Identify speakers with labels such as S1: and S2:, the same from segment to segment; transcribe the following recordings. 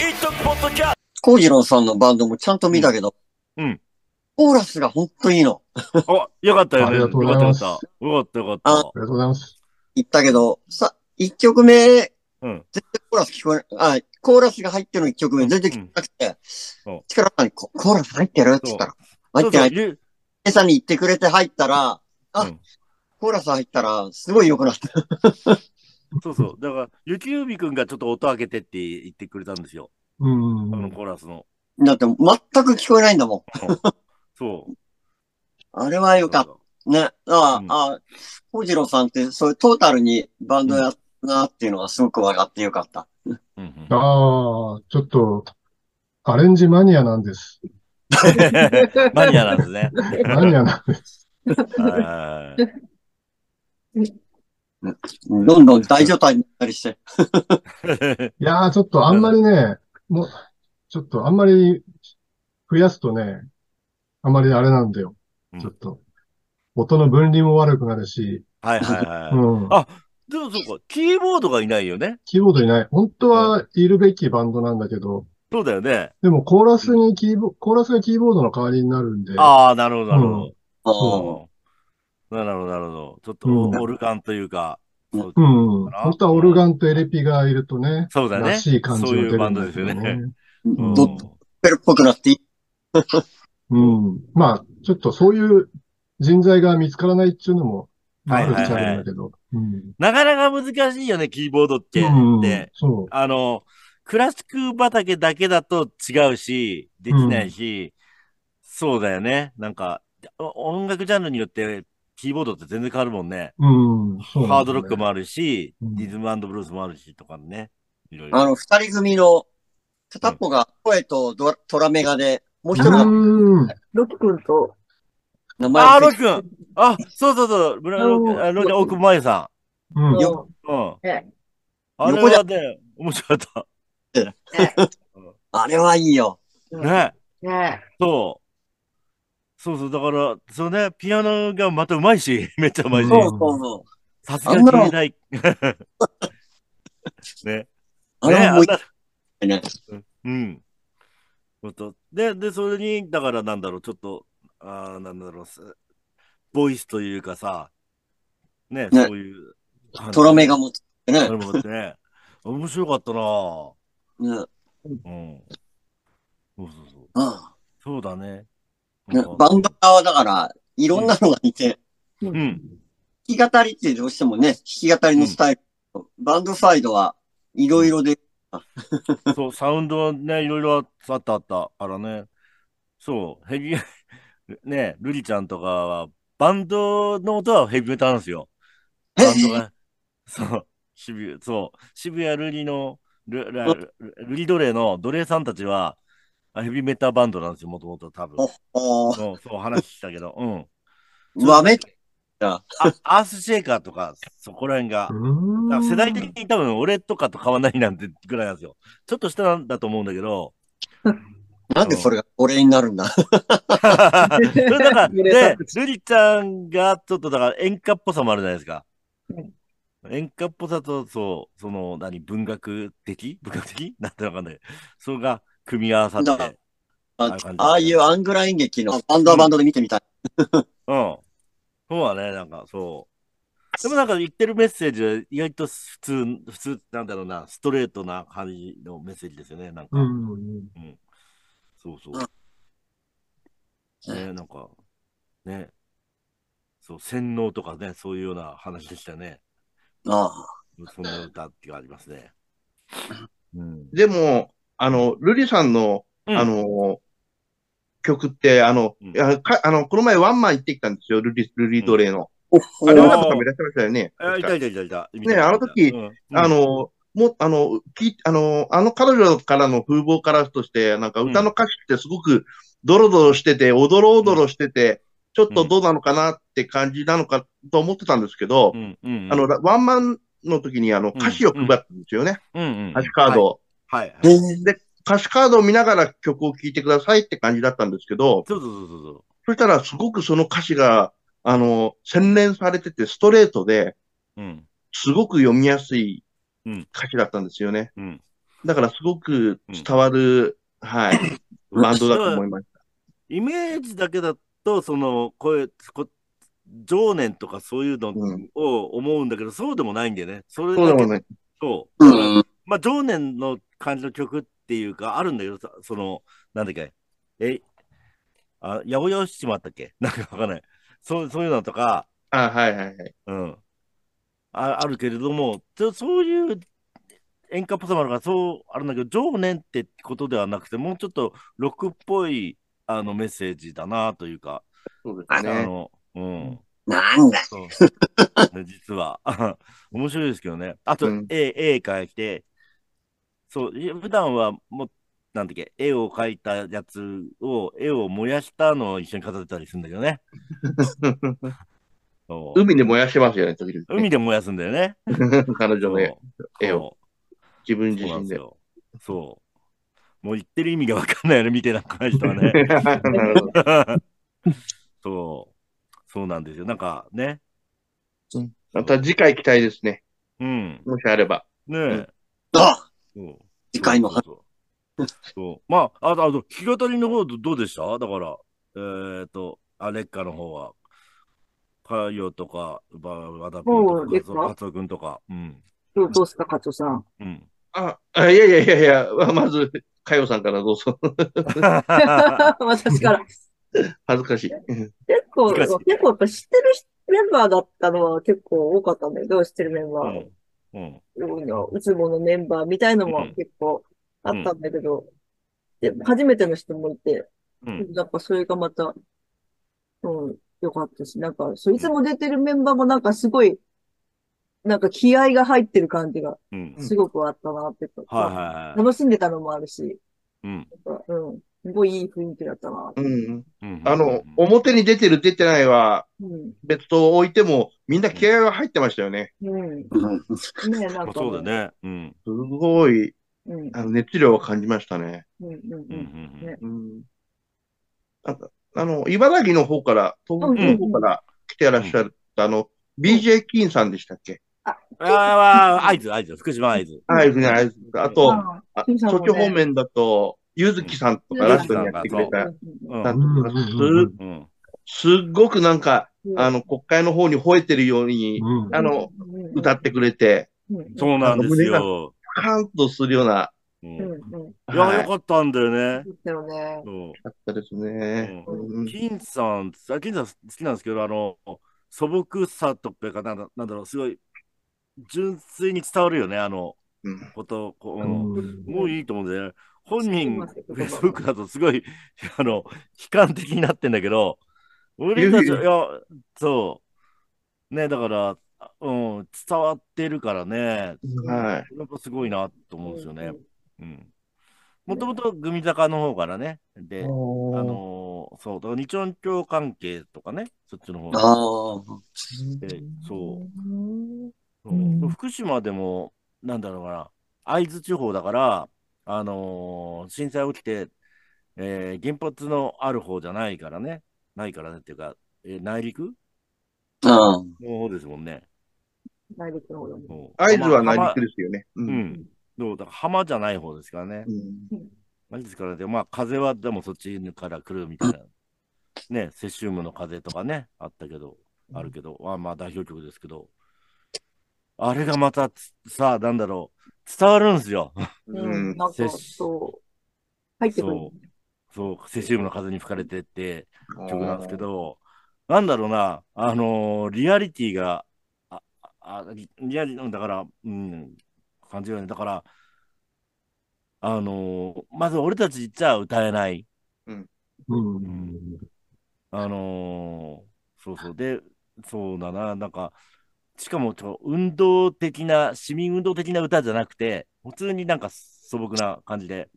S1: イトポッドキャス
S2: コウジロウさんのバンドもちゃんと見たけど、
S1: うんうん
S2: コーラスがほんといいの。
S1: ト。お、よかったよね。
S3: ありがとうご
S1: よか
S3: ざ
S1: った
S3: い
S1: よ
S3: ま
S1: かった。よ
S3: す
S1: かったよかった。
S3: りがとうございます。
S2: 言ったけど、さ、一曲目、
S1: うん
S2: 全然コーラス聞こえない、あ、コーラスが入ってる一曲目、全然聞こえなくて、
S1: うんうん
S2: 力さんにココーラス入ってるって言ったら、入
S1: そ
S2: っ
S1: う
S2: て
S1: そ
S2: な
S1: う
S2: い。
S1: ゆう
S2: 姉さんに言ってくれて入ったら、あ、
S1: うん
S2: コーラス入ったら、すごい良くなった。
S1: そうそう。だから、雪海くんがちょっと音上げてって言ってくれたんですよ。あ
S3: う
S1: の
S3: ん。
S1: コーラスの。
S2: だって全く聞こえないんだもん。
S1: そう。
S2: あれは良かった。ね、あ、
S1: うん
S2: あ、小次郎さんって、そういうトータルにバンドやったなっていうのがすごく分かってよかった。
S1: うん うん
S3: ああ、ちょっと、アレンジマニアなんです。
S1: マニアなんですね。
S3: マニア なんです。
S1: はい
S2: どんどん大所帯になったりして。
S3: いやー、ちょっとあんまりね、もう、ちょっとあんまり増やすとね、あんまりあれなんだよ
S1: うん。
S3: ちょっと、音の分離も悪くなるし、
S1: はいはいはい。
S3: うん
S1: あ。でもそうか、キーボードがいないよね。
S3: キーボードいない。本当はいるべきバンドなんだけど、
S1: そうだよね。
S3: でもコーラスにキーボ、コーラスがキーボードの代わりになるんで、
S1: ああ、なるほど、なるほ
S2: あー
S1: ど。うんなるほど、なるほど。ちょっ
S3: うん
S1: と、オルガンというか、そう
S3: うん。
S1: な
S3: 本当はオルガンとエレピがいるとね、
S1: そうだね。
S3: らしい感じ
S1: そう
S3: が
S1: い
S3: 出
S1: う
S3: る
S1: バン
S3: ん
S1: ド
S3: だ
S1: です
S3: けど
S1: よね。うん
S2: ドッペルっぽくなっていい。
S3: うん。まあ、ちょっとそういう人材が見つからないっていうのも、まあ
S1: はい
S3: ある
S1: はいはい
S3: っちゃあるんだけど。うん。
S1: なかなか難しいよね、キーボードって。
S3: うん
S1: で、、
S3: そ
S1: あの、クラシック畑だけだと違うし、できないし、そうだよね。なんか、お音楽ジャンルによって、キーボードって全然変わるもんね。
S3: う。うん、そう
S1: ハ
S3: な
S1: ー
S3: んだ
S1: ド
S3: よ
S1: ロッ
S3: ね
S1: クもあるし、
S3: うん
S1: リズムブルースもあるしとかね。いろいろ。
S2: あの、二人組の、片っぽが声とドラトラメガで、もう一人が
S3: うん。
S4: ロキ君と、
S2: 名
S1: あー、
S2: 前
S1: ロ
S2: を
S1: ックンあ、そうそうそう、ブラロック、あロック、奥前さ
S3: うん。
S2: よ
S1: ん。うん。
S4: ね
S1: あれはね、面白かっ
S4: ね
S2: あれはいいよ。
S4: う
S1: た。
S4: ん
S1: ね。
S4: ね
S1: そう。そうそう、だから、そうね、ピアノがまた上手いし、 めっちゃ上手いし
S2: そ。うそうそう。
S1: さすが携帯。ね。
S2: あ
S1: ね
S2: れはもう一
S1: あんな
S2: 回ね。
S1: うん。ほんとで、で、それに、だからなんだろう、ちょっと、あーなんだろう、すボイスというかさ、ね、
S2: ね
S1: そういう。
S2: トラメガもつって
S1: な
S2: ね
S1: る。ほどね。面白かったなぁ。
S2: うん。
S1: うん。そうそうそう。
S2: あ
S1: そうだね。
S2: あ
S1: な
S2: ね
S1: んか
S2: バンド側だから、いろんなのがいて、
S1: うん。
S2: 弾き語りってどうしてもね、弾き語りのスタイル。バンドサイドはいろいろで、
S1: そう、サウンドはね、いろいろあったあったからね。そう、ヘビー、 ね、ルリちゃんとかは、バンドの音はヘビメタなんですよ。
S2: え
S1: バンドが、そう、渋谷、そう、渋谷ルリの、ルルルルリ奴隷の奴隷さんたちは、あヘビメタバンドなんですよ、もともと多分。
S2: お
S1: うんそう、話したけど、 うん。
S2: わめ、
S1: あアースシェイカーとか、そこら辺が
S3: う、ん
S1: だから世代的に多分俺とかと変わんないなんてぐらいなんですよ。ちょっと下なんだと思うんだけど。
S2: なんでそれが俺になるんだ。
S1: それだ から、
S4: 揺れ
S1: で
S4: た、口
S1: ルリちゃんがちょっとだから演歌っぽさもあるじゃないですか
S4: うん。
S1: 演歌っぽさと、そう、その、何、文学的 文学的なんてわかんない。それが組み合わさ
S2: だ
S1: っ
S2: か
S1: て。
S2: あああいうアングラ演劇のバンドはバンドで見てみたい。
S1: うん。そうだね、なんかそう。でもなんか言ってるメッセージは意外と普通、普通、なんだろうな、ストレートな感じのメッセージですよね、なんか。
S3: うん。
S1: そうそうう。ね、なんか、ね、そう、洗脳とかね、そういうような話でしたね。
S2: ああ
S1: そんな歌っていうのがありますね。うん。
S5: でも、あの、ルリさんの、
S1: うん
S5: あの、曲って、あの、
S1: うん
S5: いやかあの、この前ワンマン行ってきたんですよ、ルリ、ルリ奴隷の。
S2: お
S5: あれ、
S1: は
S5: あ
S1: い
S5: な
S2: お
S5: たもいらっしゃいましたよね。
S1: あ、いたいたいたいた。見た見た
S5: あの時
S1: うん
S5: あ、の、もう、あの、聞いあの、あの彼女からの風貌からとして、なんか歌の歌詞ってすごくドロドロしてて、おどろおどろしてて、ちょっとどうなのかなって感じなのかと思ってたんですけど
S1: う、ん、うん、うん
S5: あの、、ワンマンの時にあの、歌詞を配ったんですよね。
S1: うん、うん。
S5: 歌詞カードを。
S1: はい。はい。
S2: え
S1: はい。
S2: ー
S5: 歌詞カードを見ながら曲を聴いてくださいって感じだったんですけど、
S1: そうそうそうそう。
S5: そしたらすごくその歌詞が、あの、洗練されててストレートで、
S1: うん。
S5: すごく読みやすい
S1: うん
S5: 歌詞だったんですよね。
S1: うん。
S5: だからすごく伝わる、はい、バンドだと思います。
S1: イメージだけだと、その、こういう、こ情念とかそういうの
S5: うん
S1: を思うんだけど、そうでもないんだよね。それ
S5: そうで
S1: だ
S5: も
S1: け
S5: ね、
S1: そう。
S2: うん。
S1: まあ、情念の感じの曲っていうか、あるんだけどさ、その、なんだっけ、え、あ、八百屋七もあったっけ なんかわかんない。そう、そういうのとか、
S5: あはいはいはい。
S1: うん。ああるけれども、そそういう演歌っぽさもあるから、そうあるんだけど、情念ってことではなくて、もうちょっとロックっぽいあのメッセージだなというか、
S5: そうです
S1: あ
S5: ね。
S1: の、うん。
S2: なんだ。
S1: そう ね実は。 面白いですけどね。あと、
S5: うん
S1: 絵、絵描いて、そう、い普段はもう、なんだっけ、絵を描いたやつを、絵を燃やしたのを一緒に飾ってたりするんだけどね。そう
S5: 海で燃やしてますよね、時々
S1: 海
S5: ね。
S1: で燃やすんだよね。
S5: 彼女ね、
S1: そう
S5: 絵を。自分
S1: そうそうなん
S5: 自
S1: で
S5: 身
S1: す
S5: で。
S1: よ。そう。もう言ってる意味がわかんないよね、見てなくない人は ね。
S5: なるほど
S1: そう。そうなんですよ。なんかね。
S5: また次回期待ですね。
S1: うん。
S5: もしあれば。
S1: ね
S5: うん
S1: え。
S2: あ
S1: そう
S2: 次回も
S1: そうそうそうそうまあ、あと、あと、弾き語りの方どどうでしただから、えっ、と、アレッカの方は、パヨとか、バワダピ
S4: も
S1: ー
S4: うで
S1: と
S4: す
S1: か
S4: か
S1: カツオ、カツオ君とか、うん。
S4: どうどうしたかと さん。
S1: うん。
S5: あ、あいやいやいやいや、ままず、かよさんからどうぞ。
S4: 私から。
S5: 恥ずかしい。うん
S4: 結構、
S1: 難し
S4: 結
S1: い
S4: 構やっぱ知ってる人メンバーだったのは結構多かったんだけど、知ってるメン
S1: う
S4: バー
S1: ん。うん。
S4: の、いつものメンバーみたいのも結構あったんだけど、で、初めての人もいて、
S1: うん。
S4: やっぱそれがまた、うん、良かったし、なんか、そういつも出てるメンバーもなんかすごい、なんか気合が入ってる感じが
S1: うん。
S4: すごくあったなって、
S1: はいはいはい。
S4: 楽しんでたのもあるし、
S1: うん。
S4: なんかうん、すごいいい雰囲気だったな。
S5: うん。
S1: うん
S5: あ
S1: うん
S5: の、表に出てる出てないは
S4: うん、
S5: 別と置いても、みんな気合が入ってましたよね。
S4: うん。ね
S2: うん
S4: え、なん
S1: まあ
S4: か、
S1: そうだ。ね。うん。
S5: すごい、
S4: うん、
S5: あの熱量を感じましたね。
S4: うん、うん、
S1: うう
S4: うんん。
S1: んうん。
S5: うん。あとあの、茨城の方から、東北の方から来てらっしゃる、あの、BJ キーンさんでしたっけ、
S1: あーまあ、合図、合図、福島合図。
S5: はい、ああいうふうにあと、
S4: あ
S5: あ
S4: キーンさん
S5: そ
S4: も
S5: っ
S4: ね
S5: ち方面だと、ゆずきさんとかラストにやってくれた、
S1: う。
S5: なんんとかす
S1: うん。
S5: すっごくなんか、
S4: うん
S5: あの、国会の方に吠えてるように
S3: うん
S5: あの、
S4: うんうんうん
S5: 歌ってくれて、
S4: うん
S1: そうなんですよ。
S5: カンとするような、
S1: うん
S4: う
S1: い
S4: ん、うん。
S5: は
S1: や、
S5: い
S1: よかったんだよね。
S4: だよね。
S1: そう。
S5: だったですね。
S1: うん
S5: うん
S1: 金さん、あ金さん好きなんですけど、あの、素朴さというか、なんだなんだろう、すごい、純粋に伝わるよね、あの、
S5: うん
S1: こと、こう
S3: うんん
S1: もういいと思うんだよね。本人、
S4: そうなんですよ
S1: フェイスブックだとすごい、 あの、悲観的になってんだけど、俺たちは、いや、そう。ね、だから、うん、伝わってるからね、
S5: はい。
S1: やっぱすごいなと思うんですよね。
S4: う
S1: うん。もともと、組坂の方からね、で、あ
S3: おー
S1: のーそう、だから日音響関係とかね、そっちの方
S2: あ
S1: に
S2: あ。
S1: でそ
S4: ん。
S1: う、
S4: うん
S1: そう福島でも、なんだろうかな、会津地方だから、あのー震災起きて、えー原発のある方じゃないからね、ないからねっていうか、えー内陸
S2: ああ。
S1: の方ですもんね。
S4: 内陸の方だもん
S1: そう
S5: 合図は
S1: 浜
S5: 内陸ですよね。う。
S1: 浜うんん。そう、だから浜じゃない方ですからね。
S5: うん
S1: マジですからね、まあ、風はでもそっちから来るみたいな、ね、セシウムの風とかね、あったけど、あるけど、まあ、まあ代表曲ですけど、あれがまたつさ、なんだろう、伝わるんですよ。
S4: うん、なんか、そう。入ってくる。
S1: そう、そう、セシウムの風に吹かれてって曲なんですけど、なんだろうな、あのーリアリティが、あ、あリリアリだから、うん、感じるよね。だから、あのーまず俺たちじゃ歌えない。
S3: うん
S1: あのーそうそう。で、そうだな、なんか、しかもちょ、運動的な、市民運動的な歌じゃなくて、普通になんか素朴な感じで。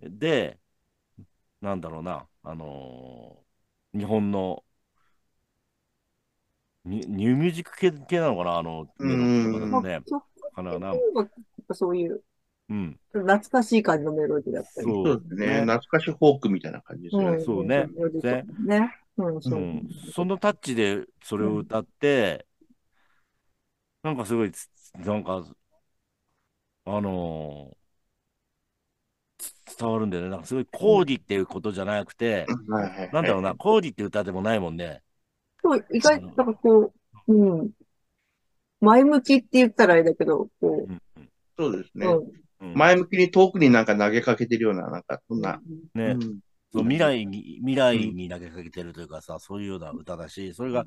S1: で、なんだろうな、あのー日本の、ニニューミュージック系系なのかな、あの、
S5: うん
S1: メロディーとかで
S4: ま
S1: も
S4: あ
S1: ね、
S4: 曲
S1: かなな、
S4: はそういう、
S1: うん、
S4: 懐かしい感じのメロディーだったり。
S1: そ
S5: そう
S1: う
S5: ですね。懐かしフォークみたいな感じですよ
S4: う
S5: ね
S4: ん、。
S1: そうね
S4: メロディーとかね。うん、
S1: う
S4: そう。
S1: ん、そのタッチでそれを歌って、なんかすごいつ、なんか、あの伝わるんだよね。なんかすごい講義っていうことじゃなくて、
S5: はいはいはい
S1: なんだろうな、講義って歌でもないもんね。
S4: そう、意外、なんかこう、うん。前向きって言ったらあれだけど、こ
S1: うん
S5: そうです
S4: う、
S5: ね。
S4: うん。
S1: うん
S5: 前向きに遠くになんか投げかけてるような、なんかそんな。
S1: ね
S5: うん
S1: そう未来に、未来に投げかけてるというかさ、そういうような歌だし、それが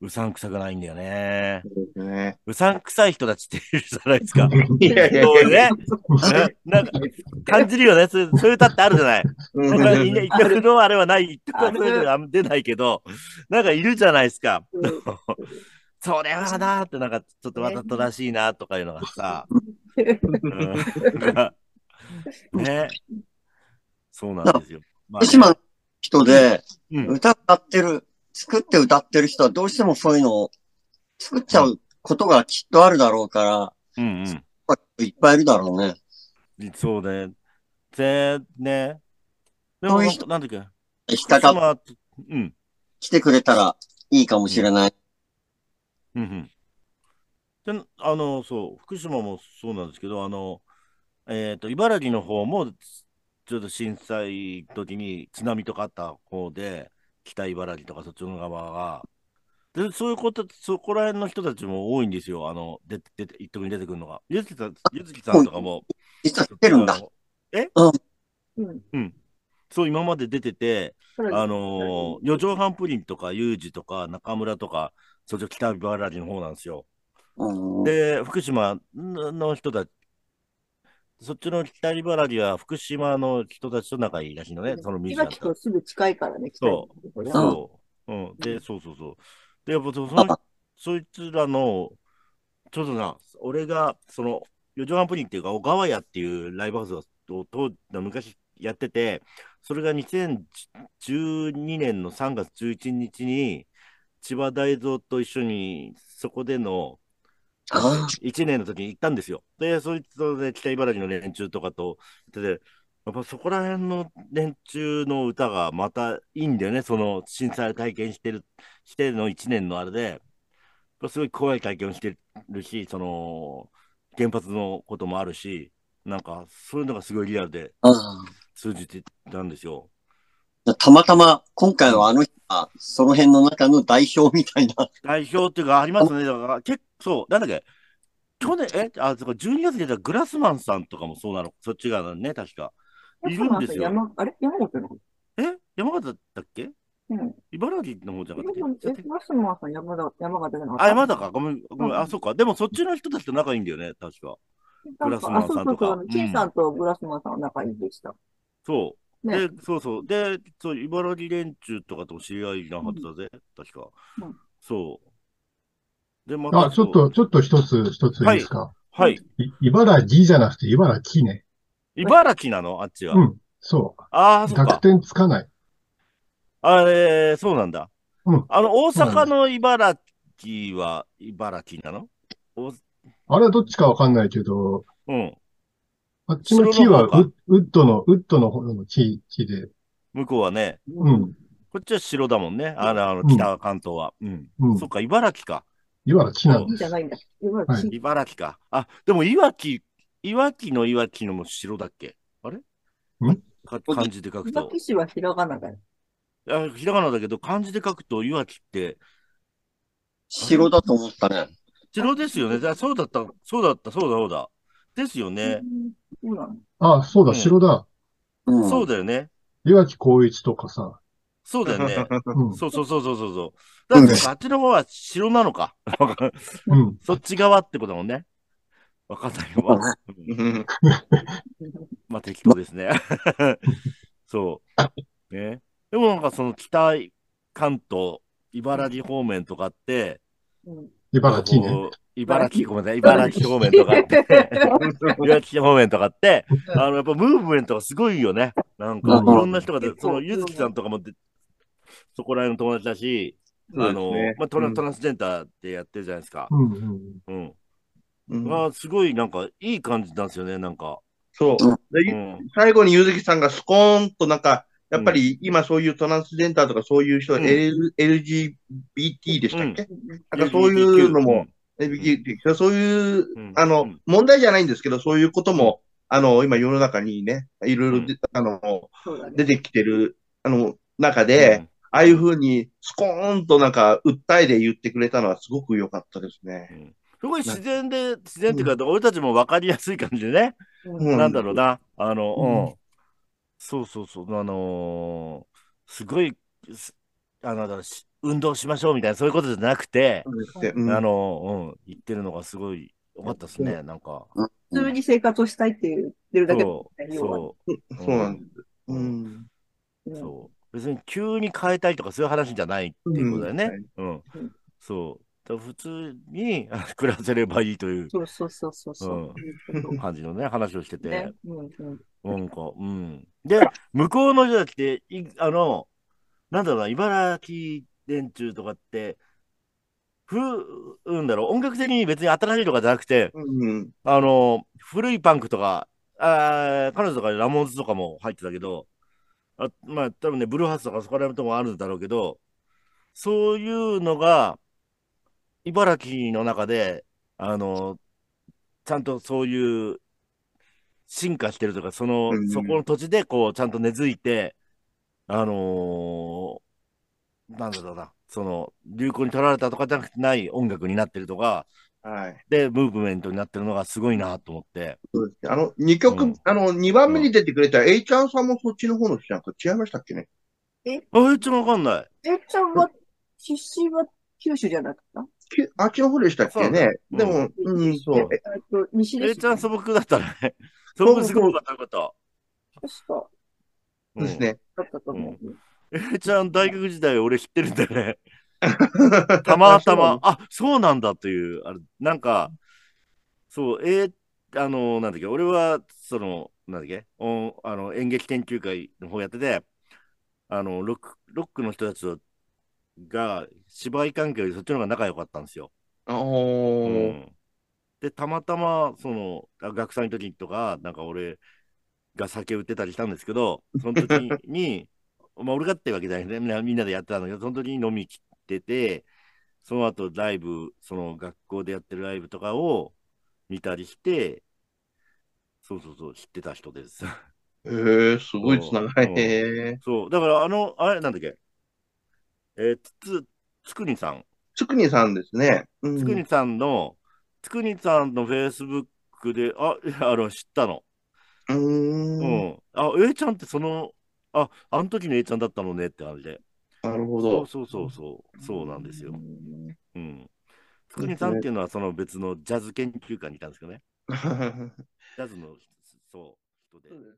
S1: うさんくさくないんだよね。
S5: そうですね。
S1: うさんくさい人たちっているじゃないですか。
S5: いやいやい
S1: そう
S5: や。
S1: ね。ねなんか、感じるよね。そうそういう歌ってあるじゃない。
S5: うん
S1: なんかいない曲のあれはない、と
S4: あ
S1: か
S4: る
S1: そういうのがあんま出ないけど、なんかいるじゃないですか。
S4: うん
S1: それはなーって、なんかちょっとわざとらしいなとかいうのがさ。うんなんかね。そうなんですよ。まあ
S2: 福島の人で、
S1: うん
S2: 歌歌ってる、作って歌ってる人はどうしてもそういうのを作っちゃうことがきっとあるだろうから、
S1: うんうん。
S2: いっぱいいるだろうね。
S1: そうね。ぜね。で
S2: そ
S1: も
S2: ういう人、
S1: なんだっけ。
S2: 引っかかって
S1: かうん。
S2: 来てくれたらいいかもしれない。
S1: うんうん。で、あの、そう、福島もそうなんですけど、あの、えっと、茨城の方も、ちょっと震災時に津波とかあった方で、北茨城とかそっちの側が、で、そういうこと、そこら辺の人たちも多いんですよ、あの、出て、出て、一時に出てくるのが。ゆずきさん、ゆずきさんとかも、
S2: 実は来てるん
S1: あ
S2: だ。
S1: のえ
S2: うん
S4: うん
S1: そう、今まで出てて、
S4: そう
S1: あ
S4: だね
S1: のー、四畳半プリンとか、ユージとか、中村とか、そっちの北茨城の方なんですよ。
S2: うん
S1: で、福島の人たち、そっちの北茨城は福島の人たちと仲いいらしいのね、そのミュージシャン
S4: 石垣
S1: と
S4: と。すぐ近いからね、北に
S1: そ
S4: これは
S1: そう。うん。で、そうそうそう。で、やっぱその、そいつらの、ちょっとな、俺が、その、四畳半プリンっていうか、小川屋っていうライブハウスを当昔やってて、それが2012年の3月11日に、千葉大蔵と一緒に、そこでの
S2: あ
S1: 1年の時に行ったんですよ。で、そいつとね、北茨城の連中とかと、で、やっぱそこら辺の連中の歌がまたいいんだよね、その震災を体験してる、しての1年のあれで、やっぱすごい怖い体験をしてるし、その、原発のこともあるし、なんか、そういうのがすごいリアルで
S2: ああ
S1: 通じてたんですよ。
S2: あ。たまたま、今回はあの人が、その辺の中の代表みたいな。
S1: 代表っていうか、ありますね。だから、結構、そうなんだっけ、去年、え、あ、そうか、12月に出たグラスマンさんとかもそうなの、そっち側だね、確か。いるんですよ
S4: 山あれ山形なの
S1: え山形だったっけ
S4: うん。
S1: 茨城の方じゃなか
S4: 山
S1: ったっ
S4: 形
S1: け
S4: え、マスマさん山だ山形じゃなかった
S1: あ、山だか。ごめん、ごめ
S4: うん
S1: ん。あ、そうか。でもそっちの人たちと仲いいんだよね、確か。
S4: なん
S1: グラスマンさんとか
S4: あ、そうそうそうあの。
S1: うん
S4: 金さんとグラスマンさんは仲いいでした。
S1: そう。
S4: ね
S1: で、そうそう。で、そう、茨城連中とかとも知り合いなはずだぜ、確か
S4: うん。
S1: そう。で、また
S3: あ、ちょっ。と、ちょっと一つ、一ついいですか。
S1: はい。
S3: い茨城じゃなくて茨城ね。
S1: 茨城なのあっちは。
S3: うん、そ
S1: ああ、
S3: う。
S1: そっ
S3: 濁
S1: か。
S3: 点つかない。
S1: あれ、そうなんだ。
S3: うん
S1: あの、大阪の茨城は茨城なのお
S3: あれはどっちかわかんないけど、
S1: うん。
S3: あっちの木は
S1: その方
S3: ウウッドの、ウッドの方の木、木で。
S1: 向こうはね。
S3: うん、
S1: こっちは城だもんね。あの、あの
S3: うん
S1: 北関東は。うん。
S3: うん
S1: そっ。か、茨城か。
S3: 茨城なん
S4: いい
S3: で
S4: じゃ
S3: す。
S4: ないんだ。山形
S3: はい
S1: 茨城か。あ、でも、いわき、いわきのいわきのも城だっけあれか漢字で書く
S4: い
S1: と
S4: わ。き市はひらがなだよ。
S1: あひらがなだけど、漢字で書くと、いわきって、
S2: 城だと思ったね。
S1: 城ですよね。だそうだった、そうだった、そうだ、そうだ。ですよね。
S4: うんそうなの。
S3: あ、そう
S1: う
S3: だ、
S1: ん
S3: 城だ。
S2: うん。
S1: そうだよね。
S3: 岩城光一とかさ。
S1: そうだよね。
S3: うん、
S1: そうそうそうそうそうそう。だからそうか、あっちの方は城なのか。なんか
S3: うん。
S1: そっち側ってことだもんね。わかんないわ。うん
S5: うん
S1: まあ適当ですね。 そう。ね。でもなんかその北関東、茨城方面とかって、
S4: うん
S3: 茨城ね。
S1: こう茨城、ごめんなさい、茨城方面とかって、 茨城方面とかって、あの、やっぱムーブメントがすごいよね。なんか、いろんな人が出て、その、ゆずきさんとかもで、そこら辺の友達だし、あの、まあトラトランスジェンダーってやってるじゃないですか。
S3: うん、うん。
S1: うん。
S5: うん
S1: まあ、すごいなんか、いい感じなんですよね、なんか。
S5: そう。
S1: う
S5: で
S1: ん。
S5: 最後にゆずきさんがスコーンとなんか、やっぱり今そういうトランスジェンダーとかそういう人、
S1: うん
S5: L LGBT でしたっけ、なんかそうい
S1: LGBTQ
S5: うのも、LGBT そういう
S1: うん、
S5: あの、問題じゃないんですけど、そういうこともあの、今世の中にね、いろいろで、あの、
S4: そうだ
S5: 出
S4: ね。
S5: てきてる、あの、中で、ああいうふうに、スコーンとなんか、訴えで言ってくれたのはすごく良かったですね。
S1: すごい自然で、自然っていうか、俺たちも分かりやすい感じでね、
S5: うん
S1: なんだろうな、あの、う
S5: うん
S1: ん。そうそうそう、あのーすごい、すあの、だからし運動しましょうみたいな、そういうことじゃなくて、
S5: でうん
S1: あの、うん、言ってるのがすごい良かったですね、なんか。
S4: 普通に生活をしたいって言ってるだけだ
S1: そ
S4: もん
S1: う、
S4: ね要は
S1: そ
S5: そうなんです。うん。
S1: う、
S4: うん
S1: そう。別に急に変えたいとかそういう話じゃないっていうことだよね。うん
S4: うん。
S1: そう。だから普通にあの暮らせればいいという
S4: そうそうそうそうそうう。
S1: 感じのね、話をしてて。
S4: ね、うんうん。
S1: なんか、うん。で、向こうの人たちって、いあの、なんだろうな、茨城連中とかって、ふ、うんだろう、音楽的に別に新しいとかじゃなくて、
S5: うん。
S1: あの、古いパンクとか、あー彼女とかラモンズとかも入ってたけど、あまあ、多分ね、ブルーハーツとかそこら辺のとこもあるんだろうけど、そういうのが、茨城の中で、あの、ちゃんとそういう、進化してるとか、その
S5: う、ん
S1: そこの土地で、こう、ちゃんと根付いて、あのーなんだろうな、その、流行に取られたとかじゃなくてない音楽になってるとか、
S5: はい。
S1: で、ムーブメントになってるのがすごいなと思って。
S5: そうですね。あの、二曲、
S1: うん
S5: あの、二番目に出てくれた A ちゃんさんもそっちの方の人なんか違いましたっけね
S1: あ、えっちゃんわかんない。
S4: えっちゃんは、出身は九州じゃなかった
S5: きあっちの方でしたっけね
S1: そう
S5: で
S1: だね
S5: も、うん、そう。
S4: えっと、西
S1: え
S4: で
S1: っ
S4: す
S1: ちゃ
S4: よ
S1: ん
S4: ね。
S1: 素朴だった ね。素朴すごかったよかった。
S4: 確か、
S5: そうですね。
S4: だったと思う。
S1: えっちゃん大学時代俺知ってるんだよ ね。 たまたま、あ、そうなんだという、あれ、なんか、そう、えーあの、なんだっけ、俺は、その、なんだっけ、おあの演劇研究会の方やってて、あの、ロック、ロックの人たちとが、芝居関係よりそっちの方が仲良かったんですよ。
S5: あ
S1: う
S5: ー
S1: んで、たまたま、その、あ学祭の時とか、なんか俺が酒売ってたりしたんですけど、その時に、 まあ俺がってわけじゃないねみんな、みんなでやってたんだけど、その時に飲み切ってて、その後ライブ、その学校でやってるライブとかを見たりして、そうそうそう、知ってた人です。
S5: へえ、すごいつながり。へえ
S1: そう、だからあの、あれなんだっけ、えーつ、つくにさん
S5: つくにさんですね。うん
S1: つくにさんの、つくにさんのフェイスブックで、あ、 あの、知ったの。
S5: う
S1: う
S5: ーん。
S1: ん。あ、A ちゃんってその、あ、あの時の A ちゃんだったのねってあれで。
S5: なるほ
S1: そ
S5: ど
S1: う。そうそうそう、そうなんですよ。うん。つ
S5: す
S1: く
S5: ね
S1: にさんっていうのはその別のジャズ研究家にいたんですけどね。
S5: そう
S1: ジャズの、そう、人で。